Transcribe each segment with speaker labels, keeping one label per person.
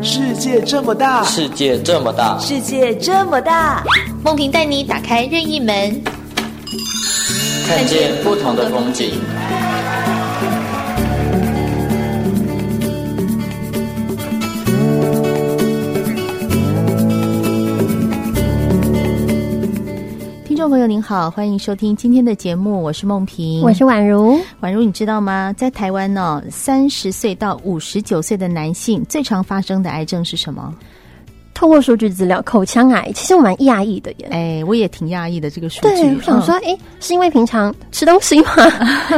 Speaker 1: 世界这么大，
Speaker 2: 世界这么大，
Speaker 3: 世界这么大，
Speaker 4: 梦萍带你打开任意门，
Speaker 2: 看见不同的风景。
Speaker 5: 听众朋友您好，欢迎收听今天的节目，我是梦萍，
Speaker 6: 我是宛如。
Speaker 5: 宛如，你知道吗？在台湾呢、哦，三十岁到五十九岁的男性最常发生的癌症是什么？
Speaker 6: 透过数据资料，口腔癌其实我蛮讶异的耶。
Speaker 5: 哎，我也挺讶异的这个数据。
Speaker 6: 呃对，我想说，哎、嗯，是因为平常吃东西 吗？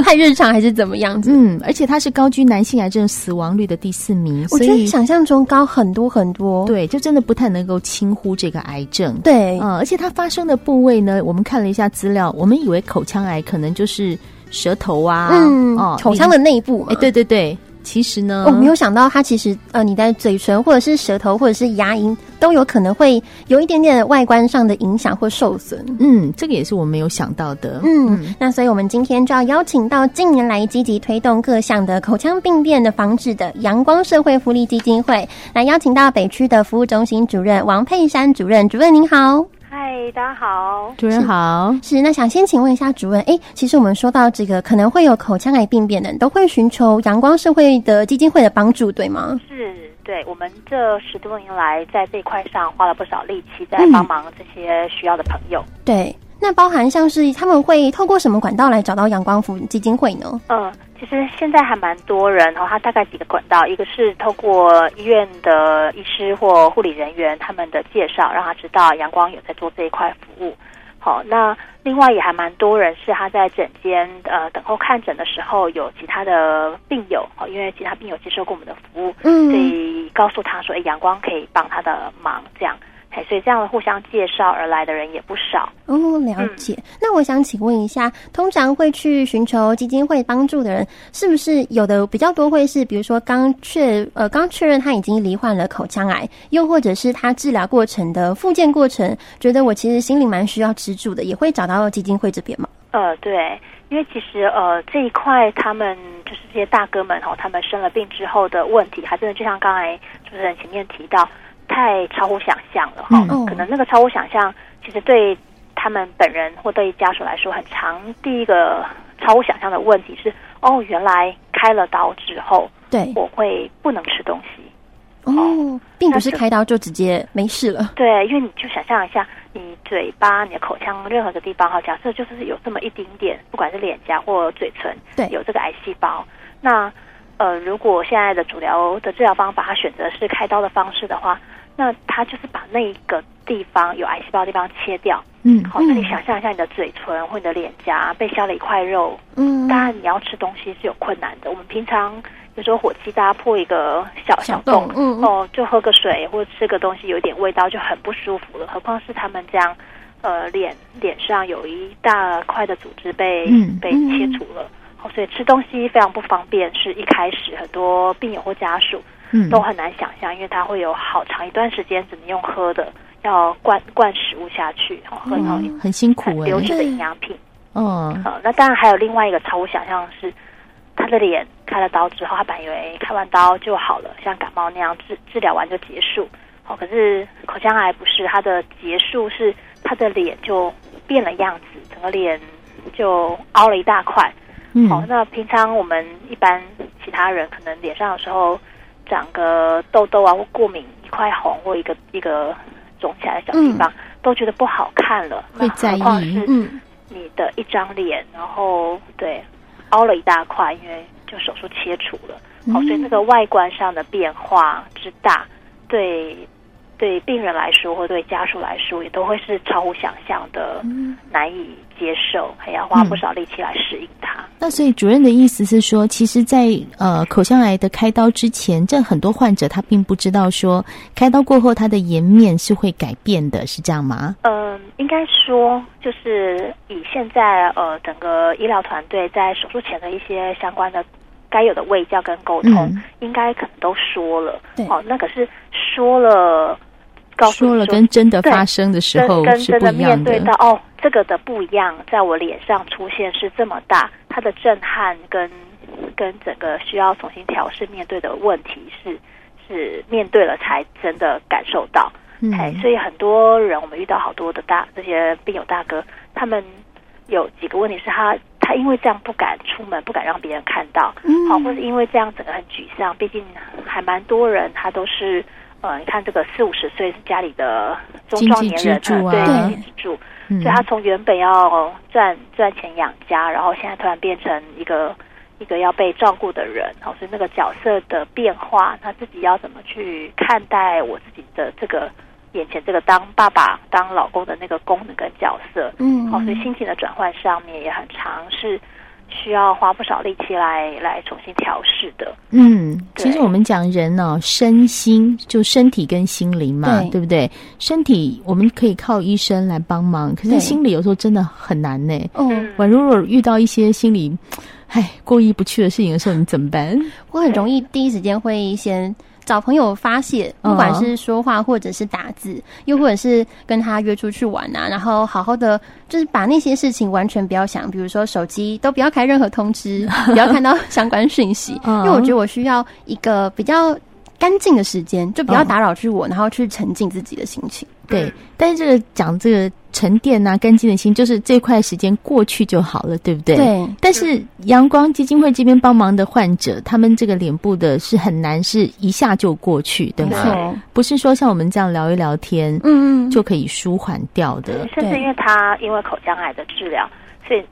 Speaker 6: 太日常还是怎么样子？
Speaker 5: 嗯，而且它是高居男性癌症死亡率的第四名，
Speaker 6: 我觉得想象中高很多很多。
Speaker 5: 对，就真的不太能够轻忽这个癌症。
Speaker 6: 对，
Speaker 5: 嗯，而且它发生的部位呢，我们看了一下资料，我们以为口腔癌可能就是舌头啊，
Speaker 6: 嗯，哦、口腔的内部。
Speaker 5: 哎，对对对。其实呢，
Speaker 6: 我、哦、没有想到，它其实呃，你的嘴唇或者是舌头或者是牙龈都有可能会有一点点外观上的影响或受损。
Speaker 5: 嗯，这个也是我没有想到的。
Speaker 6: 嗯，嗯那所以我们今天就要邀请到近年来积极推动各项的口腔病变的防治的阳光社会福利基金会，来邀请到北区的服务中心主任王佩珊主任。主任您好。
Speaker 7: 嗨，大家好，
Speaker 5: 主任好。
Speaker 6: 是，那想先请问一下主任，哎，其实我们说到这个可能会有口腔癌病变的人，都会寻求阳光社会的基金会的帮助，对吗？
Speaker 7: 是，对，我们这十多年来在这一块上花了不少力气，在帮忙这些需要的朋友。嗯、
Speaker 6: 对，那包含像是他们会透过什么管道来找到阳光福基金会呢？
Speaker 7: 嗯、呃。其实现在还蛮多人，然后他大概几个管道，一个是透过医院的医师或护理人员他们的介绍，让他知道阳光有在做这一块服务。好，那另外也还蛮多人是他在诊间呃等候看诊的时候，有其他的病友，好，因为其他病友接受过我们的服务，嗯，所以告诉他说，哎，阳光可以帮他的忙，这样。哎所以这样的互相介绍而来的人也不少
Speaker 6: 哦，了解。嗯、那我想请问一下，通常会去寻求基金会帮助的人，是不是有的比较多会是，比如说刚确呃刚确认他已经罹患了口腔癌，又或者是他治疗过程的复健过程，觉得我其实心里蛮需要支柱的，也会找到基金会这边吗？
Speaker 7: 呃，对，因为其实呃这一块他们就是这些大哥们哦，他们生了病之后的问题，还真的就像刚才主持人前面提到。太超乎想象了哈、哦，可能那个超乎想象，其实对他们本人或对家属来说，很长第一个超乎想象的问题是：哦，原来开了刀之后，
Speaker 6: 对
Speaker 7: 我会不能吃东西。
Speaker 6: 哦，并不是开刀就直接没事了。
Speaker 7: 对，因为你就想象一下，你嘴巴、你的口腔任何个地方哈，假设就是有这么一丁点，不管是脸颊或嘴唇，
Speaker 6: 对，
Speaker 7: 有这个癌细胞，那。呃，如果现在的主疗的治疗方法，他选择是开刀的方式的话，那他就是把那一个地方有癌细胞的地方切掉。
Speaker 6: 嗯，
Speaker 7: 好、哦，那你想象一下，你的嘴唇或你的脸颊被削了一块肉，
Speaker 6: 嗯，
Speaker 7: 当然你要吃东西是有困难的。我们平常有时候火气大破一个小
Speaker 6: 小洞，嗯，
Speaker 7: 哦，就喝个水或者吃个东西，有点味道就很不舒服了，何况是他们这样，呃，脸脸上有一大块的组织被、
Speaker 6: 嗯、
Speaker 7: 被切除了。哦所以吃东西非常不方便，是一开始很多病友或家属
Speaker 6: 嗯
Speaker 5: 嗯
Speaker 7: 都很难想象，因为他会有好长一段时间只能用喝的，要灌灌食物下去，哦、喝到、
Speaker 5: 嗯、很辛苦、欸，
Speaker 7: 流质的营养品。
Speaker 5: 嗯，
Speaker 7: 好、呃，那当然还有另外一个超乎想象是，他的脸开了刀之后，他本以为开完刀就好了，像感冒那样治治疗完就结束。哦，可是口腔癌不是，它的结束是他的脸就变了样子，整个脸就凹了一大块。
Speaker 6: 嗯、
Speaker 7: 好，那平常我们一般其他人可能脸上有时候长个痘痘啊，或过敏一块红或一个一个肿起来的小地方，嗯、都觉得不好看了。
Speaker 5: 会在意，
Speaker 7: 嗯，你的一张脸，然后对凹了一大块，因为就手术切除了。好，所以那个外观上的变化之大，对对病人来说或对家属来说，也都会是超乎想象的，嗯、难以。接受，还要花不少力气来适应它、嗯。
Speaker 5: 那所以主任的意思是说，其实在，在呃口腔癌的开刀之前，这很多患者他并不知道说，开刀过后他的颜面是会改变的，是这样吗？
Speaker 7: 嗯，应该说，就是以现在呃整个医疗团队在手术前的一些相关的该有的卫教跟沟通，嗯、应该可能都说了。
Speaker 6: 对，
Speaker 7: 哦，那可是说了。告诉
Speaker 5: 说了跟真的发生的时候
Speaker 7: 跟
Speaker 5: 真的
Speaker 7: 面对到哦，这个的不一样，在我脸上出现是这么大，它的震撼跟跟整个需要重新调试面对的问题是是面对了才真的感受到。哎，
Speaker 5: 嗯
Speaker 7: 所以很多人，我们遇到好多的大这些病友大哥，他们有几个问题是他他因为这样不敢出门，不敢让别人看到，
Speaker 6: 嗯
Speaker 7: 好、或是因为这样整个很沮丧。毕竟还蛮多人，他都是呃，你看这个四五十岁是家里的中壮年人，
Speaker 5: 经济支柱啊
Speaker 7: 呃对
Speaker 6: 对
Speaker 7: 经济支柱，
Speaker 5: 嗯
Speaker 7: 所以他从原本要赚赚钱养家，然后现在突然变成一个一个要被照顾的人，哦，所以那个角色的变化，他自己要怎么去看待我自己的这个眼前这个当爸爸、当老公的那个功能跟角色，
Speaker 6: 嗯
Speaker 7: 哦，所以心情的转换上面也很长，是需要花不少力气来来重新调试的。
Speaker 5: 嗯，
Speaker 7: 对
Speaker 5: 其实我们讲人哦，身心就身体跟心灵嘛，
Speaker 6: 对
Speaker 5: 对不对？身体我们可以靠医生来帮忙，可是
Speaker 6: 对
Speaker 5: 心理有时候真的很难呢。
Speaker 6: 哦，
Speaker 5: 宛如如果遇到一些心里，唉，过意不去的事情的时候，你怎么 办？
Speaker 6: 我很容易第一时间会先找朋友发泄，
Speaker 5: 嗯
Speaker 6: 不管是说话或者是打字，又或者是跟他约出去玩啊，然后好好的就是把那些事情完全不要想，比如说手机都不要开任何 通知，不要看到相关讯息，
Speaker 5: 嗯
Speaker 6: 因为我觉得我需要一个比较。干净的时间，就不要打扰去
Speaker 5: 嗯
Speaker 6: 我，然后去沉浸自己的心情。
Speaker 5: 对，但是这个讲这个沉淀呐、干净的心，就是这块时间过去就好了，对不对？。
Speaker 6: 对，
Speaker 5: 但是阳光基金会这边帮忙的患者，他们这个脸部的是很难是一下就过去，对
Speaker 6: 没
Speaker 5: 吗？
Speaker 6: 错，
Speaker 5: 不是说像我们这样聊一聊天，
Speaker 6: 嗯嗯，
Speaker 5: 就可以舒缓掉的。
Speaker 7: 甚至
Speaker 6: 对
Speaker 7: 因为他因为口腔癌的治疗，所以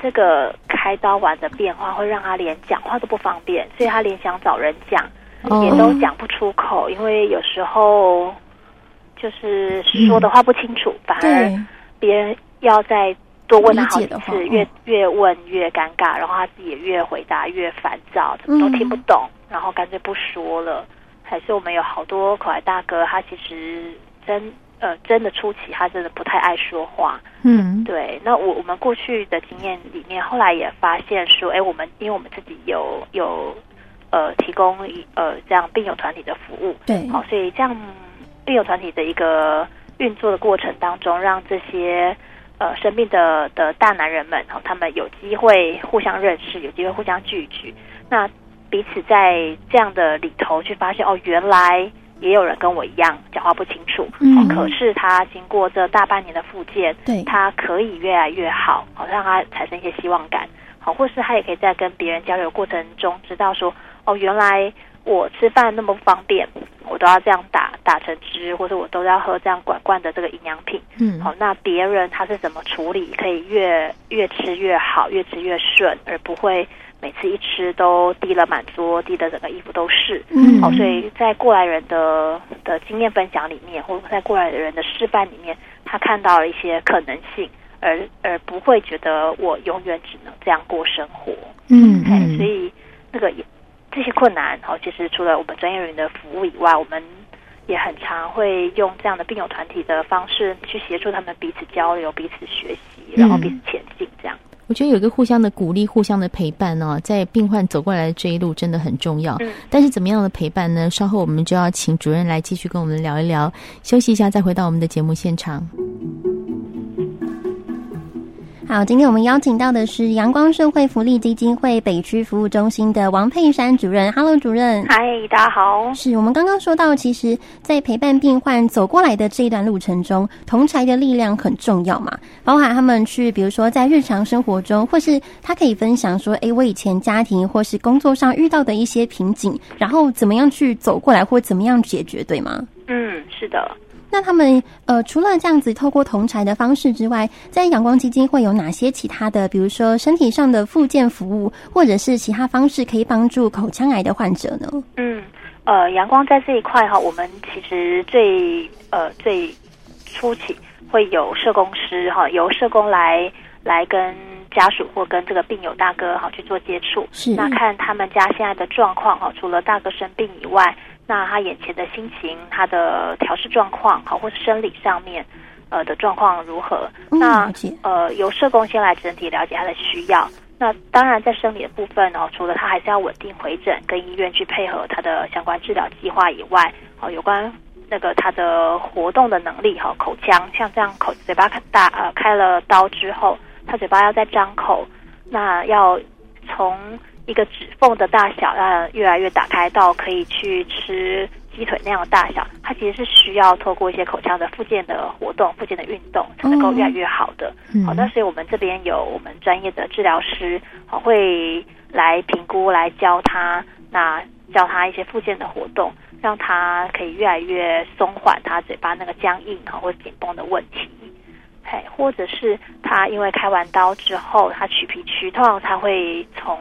Speaker 7: 这个开刀完的变化会让他连讲话都不方便，所以他连想找人讲
Speaker 6: 哦
Speaker 7: 也都讲不出口，因为有时候就是说的话不清楚，反而
Speaker 6: 对，
Speaker 7: 别人要再多问他好几
Speaker 6: 理解的话
Speaker 7: 次，
Speaker 6: 嗯
Speaker 7: 越越问越尴尬，然后他自己也越回答越烦躁，怎么都听不懂，然后干脆不说了。还是我们有好多口癌大哥，他其实真呃真的初期他真的不太爱说话。
Speaker 5: 嗯，
Speaker 7: 对，那我我们过去的经验里面，后来也发现说，哎，我们因为我们自己有有呃提供一呃这样病友团体的服务，
Speaker 6: 对，
Speaker 7: 哦好，所以这样病友团体的一个运作的过程当中，让这些呃生病的的大男人们，哦好，他们有机会互相认识，有机会互相聚一聚，那彼此在这样的里头去发现，哦，原来也有人跟我一样讲话不清楚，
Speaker 5: 嗯
Speaker 7: 哦可是他经过这大半年的复健，
Speaker 6: 对
Speaker 7: 他可以越来越好，好让他产生一些希望感，好，或是他也可以在跟别人交流过程中知道说，哦，原来我吃饭那么不方便，我都要这样打打成汁，或者我都要喝这样管罐的这个营养品，
Speaker 5: 嗯
Speaker 7: 好，那别人他是怎么处理，可以越越吃越好，越吃越顺，而不会每次一吃都滴了满桌，滴的整个衣服都是。
Speaker 5: 嗯
Speaker 7: 好，所以在过来人的的经验分享里面，或者在过来人的示范里面，他看到了一些可能性，而而不会觉得我永远只能这样过生活。
Speaker 5: 嗯
Speaker 7: 哎所
Speaker 5: 嗯，
Speaker 7: 以那个也这些困难，好，其实除了我们专业人员的服务以外，我们也很常会用这样的病友团体的方式去协助他们彼此交流、彼此学习，然后彼
Speaker 5: 嗯
Speaker 7: 此前进，这样。
Speaker 5: 我觉得有一个互相的鼓励、互相的陪伴哦，在病患走过来的这一路真的很重要。
Speaker 7: 嗯
Speaker 5: 但是怎么样的陪伴呢？稍后我们就要请主任来继续跟我们聊一聊。休息一下，再回到我们的节目现场。
Speaker 6: 好，今天我们邀请到的是阳光社会福利基金会北区服务中心的王佩珊主任。Hello，主任。
Speaker 7: 嗨，大家好。
Speaker 6: 是我们刚刚说到，其实，在陪伴病患走过来的这一段路程中，同才的力量很重要嘛，包含他们去，比如说在日常生活中，或是他可以分享说，诶，我以前家庭或是工作上遇到的一些瓶颈，然后怎么样去走过来，或怎么样解决，对吗？
Speaker 7: 嗯，是的。
Speaker 6: 那他们呃，除了这样子透过同柴的方式之外，在阳光基金会有哪些其他的，比如说身体上的复健服务，或者是其他方式可以帮助口腔癌的患者呢？
Speaker 7: 嗯，呃，阳光在这一块哈，我们其实最呃最初期会有社工师哈，由社工来来跟家属或跟这个病友大哥哈去做接触，
Speaker 6: 是
Speaker 7: 那看他们家现在的状况哈，除了大哥生病以外，那他眼前的心情、他的调试状况哈，或是生理上面呃的状况如何？
Speaker 6: 嗯
Speaker 7: 那
Speaker 6: 了解
Speaker 7: 呃，由社工先来整体了解他的需要。那当然，在生理的部分哦，除了他还是要稳定回诊，跟医院去配合他的相关治疗计划以外，哦，有关那个他的活动的能力哈、哦，口腔像这样口嘴巴开大呃开了刀之后，他嘴巴要再张口，那要从一个指缝的大小，呃，越来越打开到可以去吃鸡腿那样的大小，它其实是需要透过一些口腔的附件的活动、附件的运动，才能够越来越好的。
Speaker 5: 嗯
Speaker 7: 好，那所以我们这边有我们专业的治疗师，好会来评估、来教他，那教他一些附件的活动，让他可以越来越松缓他嘴巴那个僵硬好或紧绷的问题。嘿，或者是他因为开完刀之后，他取皮区通常他会从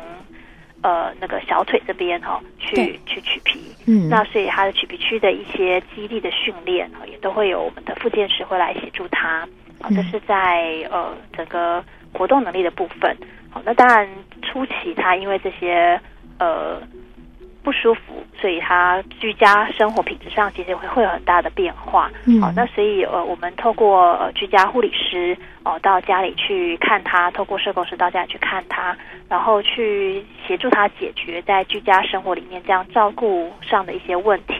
Speaker 7: 呃那个小腿这边哈、哦、去
Speaker 6: 对
Speaker 7: 去取皮，
Speaker 5: 嗯
Speaker 7: 那所以他的取皮区的一些肌力的训练哦，也都会有我们的复健师会来协助他。好，这
Speaker 5: 嗯
Speaker 7: 是在呃整个活动能力的部分。好，那当然初期他因为这些呃不舒服，所以他居家生活品质上其实会会有很大的变化。
Speaker 5: 嗯
Speaker 7: 好，那所以呃，我们透过、呃、居家护理师哦、到家里去看他，透过社工师到家里去看他，然后去协助他解决在居家生活里面这样照顾上的一些问题，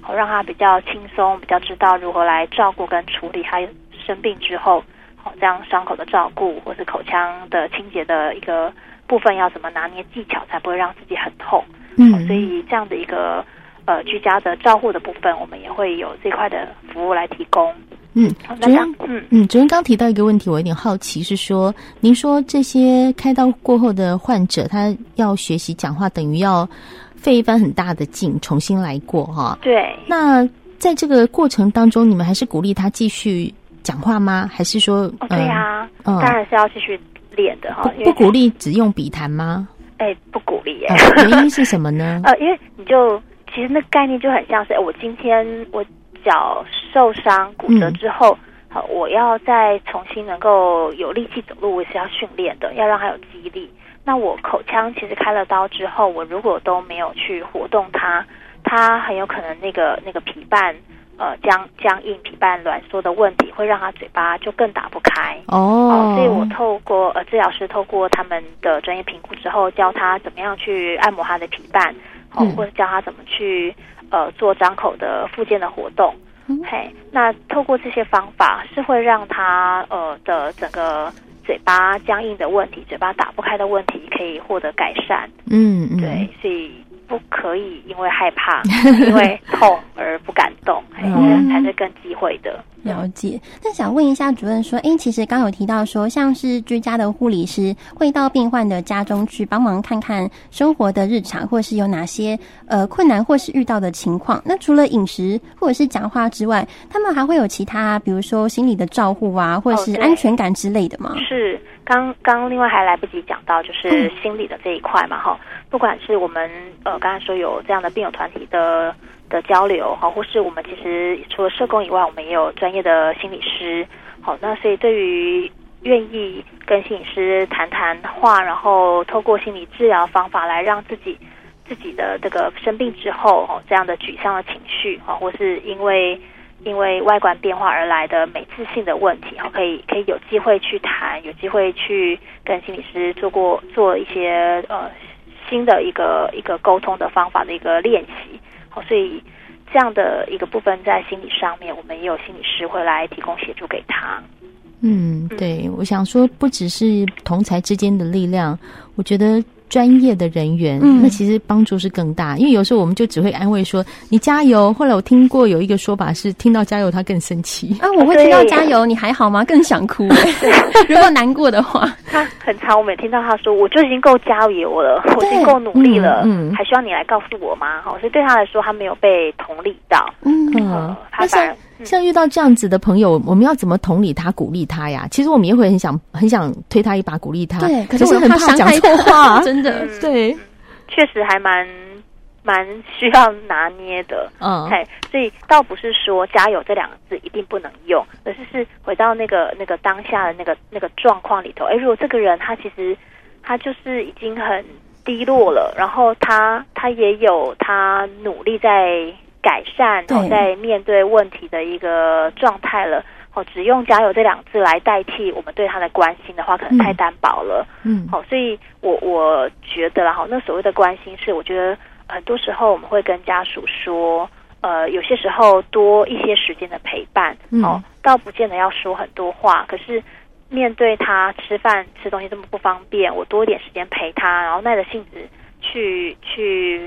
Speaker 7: 好、让他比较轻松，比较知道如何来照顾跟处理他生病之后，好、这样伤口的照顾或是口腔的清洁的一个部分要怎么拿捏技巧，才不会让自己很痛。好
Speaker 5: 嗯，
Speaker 7: 哦所以这样的一个呃居家的照护的部分，我们也会有这块的服务来提供。
Speaker 5: 嗯，
Speaker 7: 好那
Speaker 5: 主
Speaker 7: 这
Speaker 5: 任
Speaker 7: 样，嗯，
Speaker 5: 嗯，主任刚提到一个问题，我有点好奇，是说您说这些开刀过后的患者，他要学习讲话，等于要费一番很大的劲，重新来过哈、
Speaker 7: 对，
Speaker 5: 那在这个过程当中，你们还是鼓励他继续讲话吗？还是说，
Speaker 7: 哦，对呀、哦
Speaker 5: 嗯
Speaker 7: 当然是要继续练的哈
Speaker 5: 不，
Speaker 7: 因
Speaker 5: 不
Speaker 7: 为
Speaker 5: 鼓励只用笔谈 吗？
Speaker 7: 哎不鼓励耶，
Speaker 5: 呃原因是什么呢？
Speaker 7: 呃，因为你就其实那概念就很像是，哎我今天我脚受伤骨折之后。好，我要再重新能够有力气走路，我是要训练的，要让它有肌力。那我口腔其实开了刀之后，我如果都没有去活动它，它很有可能那个那个皮瓣呃僵僵硬、皮瓣挛缩的问题，会让它嘴巴就更打不开。
Speaker 5: 哦
Speaker 7: 哦，，所以我透过呃治疗师透过他们的专业评估之后，教他怎么样去按摩他的皮瓣，哦，
Speaker 5: 嗯
Speaker 7: 或者教他怎么去呃做张口的附件的活动。
Speaker 5: 嗯
Speaker 7: 嘿，那透过这些方法是会让他呃的整个嘴巴僵硬的问题、嘴巴打不开的问题可以获得改善。
Speaker 5: 嗯嗯，
Speaker 7: 对，，所以不可以因为害 怕、因为痛而不敢动，嘿
Speaker 5: 嗯
Speaker 7: 才是更忌讳的。
Speaker 6: 了解。那想问一下主任说，诶，其实刚有提到说，像是居家的护理师会到病患的家中去帮忙看看生活的日常，或是有哪些呃困难或是遇到的情况。那除了饮食或者是讲话之外，他们还会有其他，比如说心理的照护啊，或者是
Speaker 7: 哦对
Speaker 6: 安全感之类的吗？
Speaker 7: 是，刚刚另外还来不及讲到，就是
Speaker 6: 嗯
Speaker 7: 心理的这一块嘛，哈、不管是我们呃刚才说有这样的病友团体的的交流，哈，或是我们其实除了社工以外，我们也有专业的心理师，好，那所以对于愿意跟心理师谈谈话，然后透过心理治疗方法来让自己自己的这个生病之后哦这样的沮丧的情绪哦，或是因为因为外观变化而来的每次性的问题哦，可以可以有机会去谈，有机会去跟心理师做过做一些呃新的一个一个沟通的方法的一个练习哦，所以。这样的一个部分在心理上面，我们也有心理师会来提供协助给他。
Speaker 5: 嗯，对，我想说，不只是同才之间的力量，我觉得专业的人员，
Speaker 6: 嗯
Speaker 5: 那其实帮助是更大。因为有时候我们就只会安慰说你加油。后来我听过有一个说法是，听到加油他更生气。
Speaker 6: 啊，我会听到
Speaker 7: 对
Speaker 6: 加油，你还好吗？更想哭、欸。如果难过的话，
Speaker 7: 他很常，我每听到他说，我就已经够加 油了，我已经够努力了，
Speaker 5: 嗯嗯
Speaker 7: 还需要你来告诉我吗？好，所以对他来说，他没有被同理到，
Speaker 6: 嗯，
Speaker 5: 嗯，
Speaker 7: 他
Speaker 5: 那
Speaker 7: 反而
Speaker 5: 像
Speaker 7: 嗯
Speaker 5: 像遇到这样子的朋友，我们要怎么同理他、鼓励他呀？其实我们也会很想很想推他一把、鼓励他，
Speaker 6: 对，
Speaker 5: 可
Speaker 6: 是我
Speaker 5: 很
Speaker 6: 怕
Speaker 5: 怕
Speaker 6: 伤
Speaker 5: 讲
Speaker 6: 害
Speaker 5: 错
Speaker 6: 他。
Speaker 5: 话啊
Speaker 6: 真的。
Speaker 5: 对，
Speaker 7: 确实还蛮蛮需要拿捏的。
Speaker 5: 嗯
Speaker 7: 嘿，所以倒不是说“加油”这两个字一定不能用，而是是回到那个那个当下的那个那个状况里头。哎，如果这个人他其实他就是已经很低落了，然后他他也有他努力在改善，
Speaker 6: 对
Speaker 7: 哦在面对问题的一个状态了。哦，只用“加油”这两个字来代替我们对他的关心的话，可能太
Speaker 5: 嗯
Speaker 7: 单薄了。
Speaker 5: 嗯
Speaker 7: 好，所以我我觉得啦，好，那所谓的关心是，我觉得很多时候我们会跟家属说，呃，有些时候多一些时间的陪伴，
Speaker 5: 嗯
Speaker 7: 哦，倒不见得要说很多话，可是。面对他吃饭吃东西这么不方便，我多一点时间陪他，然后耐着性子去去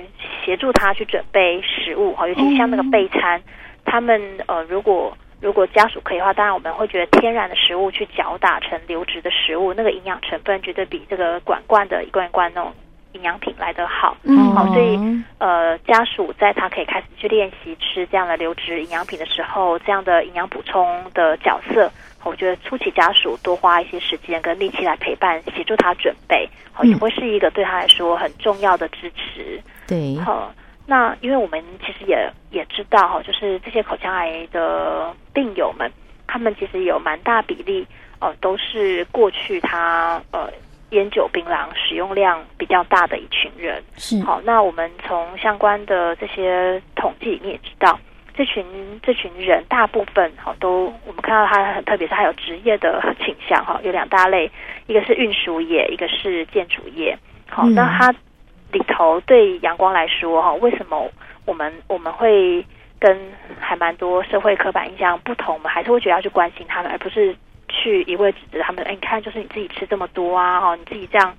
Speaker 7: 协助他去准备食物哈，尤其像那个备餐，他们呃如果如果家属可以的话，当然我们会觉得天然的食物去搅打成流质的食物，那个营养成分绝对比这个管罐的一罐一罐那种营养品来得好。
Speaker 6: 嗯
Speaker 7: 好，所以呃，家属在他可以开始去练习吃这样的流质营养品的时候，这样的营养补充的角色，我觉得初期家属多花一些时间跟力气来陪伴，协助他准备，好，也
Speaker 5: 嗯
Speaker 7: 会是一个对他来说很重要的支持。
Speaker 5: 对，
Speaker 7: 好，那因为我们其实也也知道哈，就是这些口腔癌的病友们，他们其实有蛮大比例呃都是过去他呃烟酒槟榔使用量比较大的一群人。
Speaker 6: 是
Speaker 7: 好，那我们从相关的这些统计里面也知道，这群这群人大部分好都，我们看到他很特别是他有职业的倾向哈，有两大类，一个是运输业，一个是建筑业。好，
Speaker 5: 嗯
Speaker 7: 那它里头对阳光来说哈，为什么我们我们会跟还蛮多社会刻板印象不同，我们还是会觉得要去关心他们，而不是去一味指责他们。哎，你看，就是你自己吃这么多啊，哈，你自己这样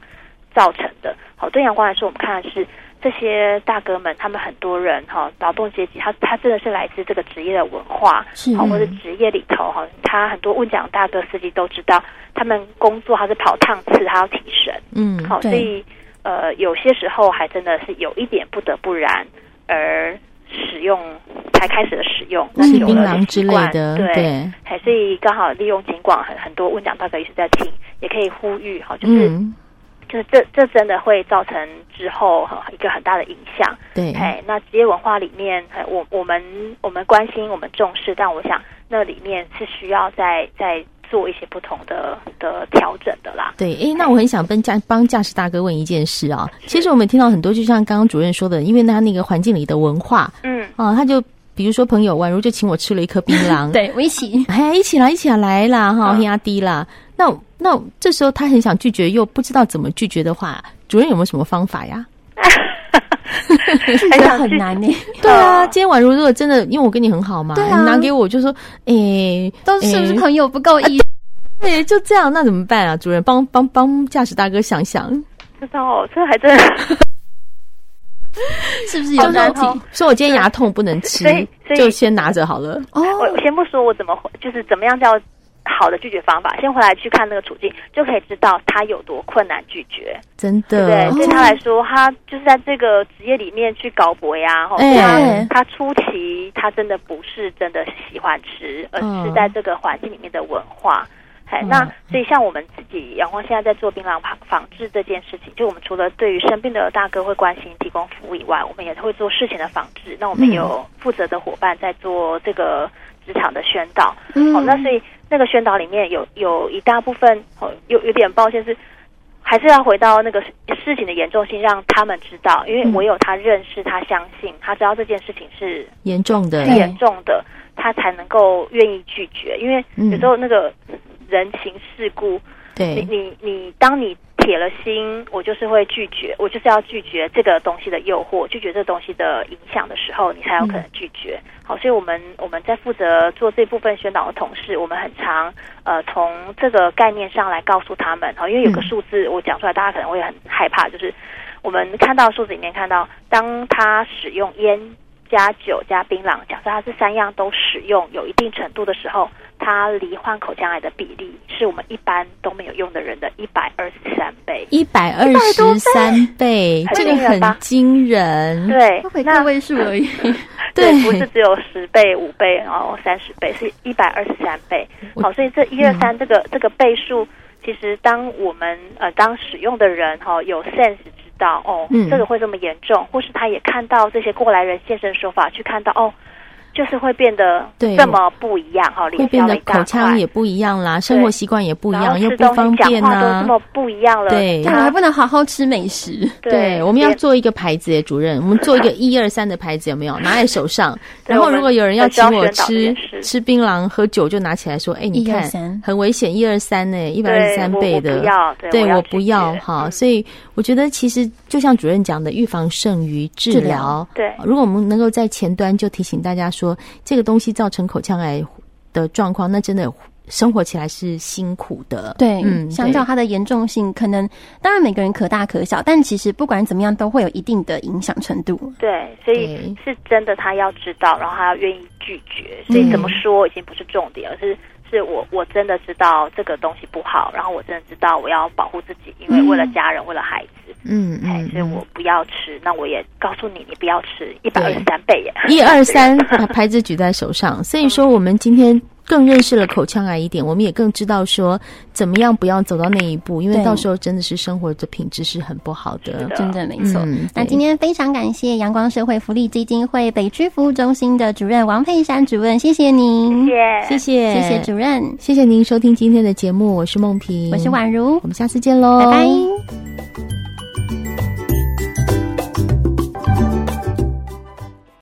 Speaker 7: 造成的。好，对阳光来说，我们看的是这些大哥们，他们很多人哈，劳动阶级，他他真的是来自这个职业的文化，
Speaker 5: 嗯
Speaker 6: 是
Speaker 7: 好，或者职业里头哈，他很多问讲大哥司机都知道，他们工作他是跑趟次，他要提神。
Speaker 5: 嗯，
Speaker 7: 好，
Speaker 6: 对
Speaker 7: 所以呃，有些时候还真的是有一点不得不然而使用才开始的使用，那
Speaker 5: 吃嗯
Speaker 7: 有
Speaker 5: 槟
Speaker 7: 了
Speaker 5: 榔之
Speaker 7: 习
Speaker 5: 类
Speaker 7: 惯
Speaker 5: 的，
Speaker 7: 对，
Speaker 5: 对，
Speaker 7: 还所以刚好利用尽管很很多问讲大哥也是在听，也可以呼吁哈，就是、
Speaker 5: 嗯，
Speaker 7: 就是这这真的会造成之后哈一个很大的影响。
Speaker 5: 对，
Speaker 7: 哎，那职业文化里面，哎我我们我们关心，我们重视，但我想那里面是需要再再做一些不同的的调整的啦。
Speaker 5: 对，诶，那我很想帮驾帮驾驶大哥问一件事啊。其实我们听到很多，就像刚刚主任说的，因为他那个环境里的文化
Speaker 7: 嗯，
Speaker 5: 啊，他就比如说朋友宛如就请我吃了一颗槟榔，，
Speaker 6: 对，我 一起
Speaker 5: 哎，一起来，一起来啦，哈，
Speaker 7: 嗯
Speaker 5: 压低啦。那那这时候他很想拒绝，又不知道怎么拒绝的话，主任有没有什么方法呀？
Speaker 6: 拒绝很难欸呢，
Speaker 5: 对啊，
Speaker 7: 嗯
Speaker 5: 今天宛如如果真的，因为我跟你很好嘛，
Speaker 6: 对啊
Speaker 5: 你拿给我就说，诶，
Speaker 6: 都是不是
Speaker 5: 诶
Speaker 6: 朋友不够意思？
Speaker 5: 对，哎就这样，那怎么办啊？主任帮帮帮驾驶大哥想想，
Speaker 7: 知道哦，这还真的。
Speaker 6: 是不是
Speaker 5: 就
Speaker 6: 有
Speaker 5: 是
Speaker 6: 问题？
Speaker 5: 说说我今天牙痛不能吃
Speaker 7: 所以，所以
Speaker 5: 就先拿着好了。
Speaker 6: 哦，
Speaker 7: 我我先不说我怎么回，就是怎么样叫好的拒绝方法，先回来去看那个处境，就可以知道他有多困难拒绝，
Speaker 5: 真
Speaker 7: 对不对
Speaker 5: 的？，哦
Speaker 7: 对他来说，他就是在这个职业里面去搞博呀，吼
Speaker 5: 哎
Speaker 7: 他他初期他真的不是真的喜欢吃，而是
Speaker 5: 嗯
Speaker 7: 在这个环境里面的文化。哎，
Speaker 5: 嗯
Speaker 7: 那所以像我们自己阳光现在在做槟榔仿仿制这件事情，就我们除了对于生病的大哥会关心提供服务以外，我们也会做事前的仿制。那我们
Speaker 5: 嗯
Speaker 7: 有负责的伙伴在做这个职场的宣导，
Speaker 6: 嗯
Speaker 7: 好、那所以那个宣导里面有有一大部分，哦，有有点抱歉是，还是要回到那个事事情的严重性，让他们知道，因为
Speaker 5: 嗯
Speaker 7: 唯有他认识、他相信、他知道这件事情是
Speaker 5: 严重的，
Speaker 6: 对
Speaker 7: 严重的，他才能够愿意拒绝。因为
Speaker 5: 嗯
Speaker 7: 有时候那个人情世故，你
Speaker 5: 对，
Speaker 7: 你你，当你铁了心，我就是会拒绝，我就是要拒绝这个东西的诱惑，拒绝这东西的影响的时候，你才有可能拒绝。好，所以我们我们在负责做这部分宣导的同事，我们很常呃从这个概念上来告诉他们，好，因为有个
Speaker 5: 嗯
Speaker 7: 数字我讲出来，大家可能会很害怕，就是我们看到数字里面看到，当他使用烟。加酒加槟榔，假设他是三样都使用有一定程度的时候，他罹患口腔癌的比例是我们一般都没有用的人的一百二十三倍。
Speaker 5: 一百二十三倍，
Speaker 7: 很
Speaker 5: 这个
Speaker 7: 惊人
Speaker 5: 很
Speaker 7: 吧
Speaker 5: 惊人。
Speaker 7: 对
Speaker 6: 都，回个
Speaker 7: 那
Speaker 6: 位数而已。
Speaker 5: 对
Speaker 7: 对不是只有十倍、五倍，然后三十倍，是一百二十三倍。
Speaker 5: 我嗯
Speaker 7: 好，所以这一二三这个这个倍数，其实当我们呃当使用的人哈、有 sense 知道哦，
Speaker 5: 嗯
Speaker 7: 这个会这么严重，或是他也看到这些过来人现身说法，去看到哦，就是会变得
Speaker 5: 对
Speaker 7: 这么不一样哈，
Speaker 5: 会
Speaker 7: 脸
Speaker 5: 变
Speaker 7: 消了
Speaker 5: 得
Speaker 7: 一
Speaker 5: 口
Speaker 7: 大块
Speaker 5: 腔。也不一样啦，生活习惯也不一
Speaker 7: 然后
Speaker 5: 样，又
Speaker 7: 吃
Speaker 5: 不
Speaker 7: 东
Speaker 5: 方
Speaker 7: 西、
Speaker 5: 便
Speaker 7: 讲话都
Speaker 5: 呐
Speaker 7: 这。么不一样了，
Speaker 5: 对
Speaker 6: 对，我还不能好好吃美食。
Speaker 5: 对，我们要
Speaker 7: 连
Speaker 5: 做一个牌子耶，主任，我们做一个一二三的牌子，有没有？拿在手上，
Speaker 7: 对
Speaker 5: 然后
Speaker 7: 我们
Speaker 5: 如果有人要
Speaker 7: 很需
Speaker 5: 请
Speaker 7: 要
Speaker 5: 我
Speaker 7: 宣导这
Speaker 5: 吃
Speaker 7: 件事
Speaker 5: 吃槟榔、喝酒，就拿起来说：“哎，你看
Speaker 6: 123，
Speaker 5: 很危险，一二三呢，一百二十
Speaker 7: 对
Speaker 5: 三
Speaker 7: 我
Speaker 5: 倍
Speaker 7: 我
Speaker 5: 的。
Speaker 7: 不”要，对，
Speaker 5: 对
Speaker 7: 我
Speaker 5: 我
Speaker 7: 拒
Speaker 5: 不要
Speaker 7: 绝
Speaker 5: 哈，
Speaker 7: 嗯
Speaker 5: 所以我觉得其实就像主任讲的，预防胜于治
Speaker 6: 治
Speaker 5: 疗
Speaker 6: 疗。
Speaker 7: 对
Speaker 5: 如果我们能够在前端就提醒大家说，这个东西造成口腔癌的状况，那真的生活起来是辛苦的。嗯
Speaker 6: 对，相较它的严重性，可能当然每个人可大可小，但其实不管怎么样，都会有一定的影响程度。
Speaker 7: 对，所以是真的，他要知道，然后他要愿意拒绝。所以怎么说已经不是重点，而是是我我真的知道这个东西不好，然后我真的知道我要保护自己，因为为了家人，为了孩子，
Speaker 5: 嗯
Speaker 7: 哎，
Speaker 5: 嗯，
Speaker 7: 所以我不要吃。那我也告诉你，你不要吃一百二
Speaker 5: 对
Speaker 7: 十三 倍耶。
Speaker 5: 一二三，把牌子举在手上。所以说，我们今天更认识了口腔癌一点，我们也更知道说怎么样不要走到那一步，因为
Speaker 6: 对
Speaker 5: 到时候真的是生活的品质是很不好的。
Speaker 7: 是的
Speaker 6: 真的没错。
Speaker 5: 啊嗯
Speaker 6: 那
Speaker 5: 对
Speaker 6: 今天非常感谢阳光社会福利基金会北区服务中心的主任王佩珊主任，谢谢您，
Speaker 5: 谢
Speaker 7: 谢
Speaker 5: 谢，
Speaker 6: 谢谢主任，
Speaker 5: 谢谢您收听今天的节目，我是梦萍，
Speaker 6: 我是宛如
Speaker 5: 嗯我，们下次见喽，
Speaker 6: 拜拜。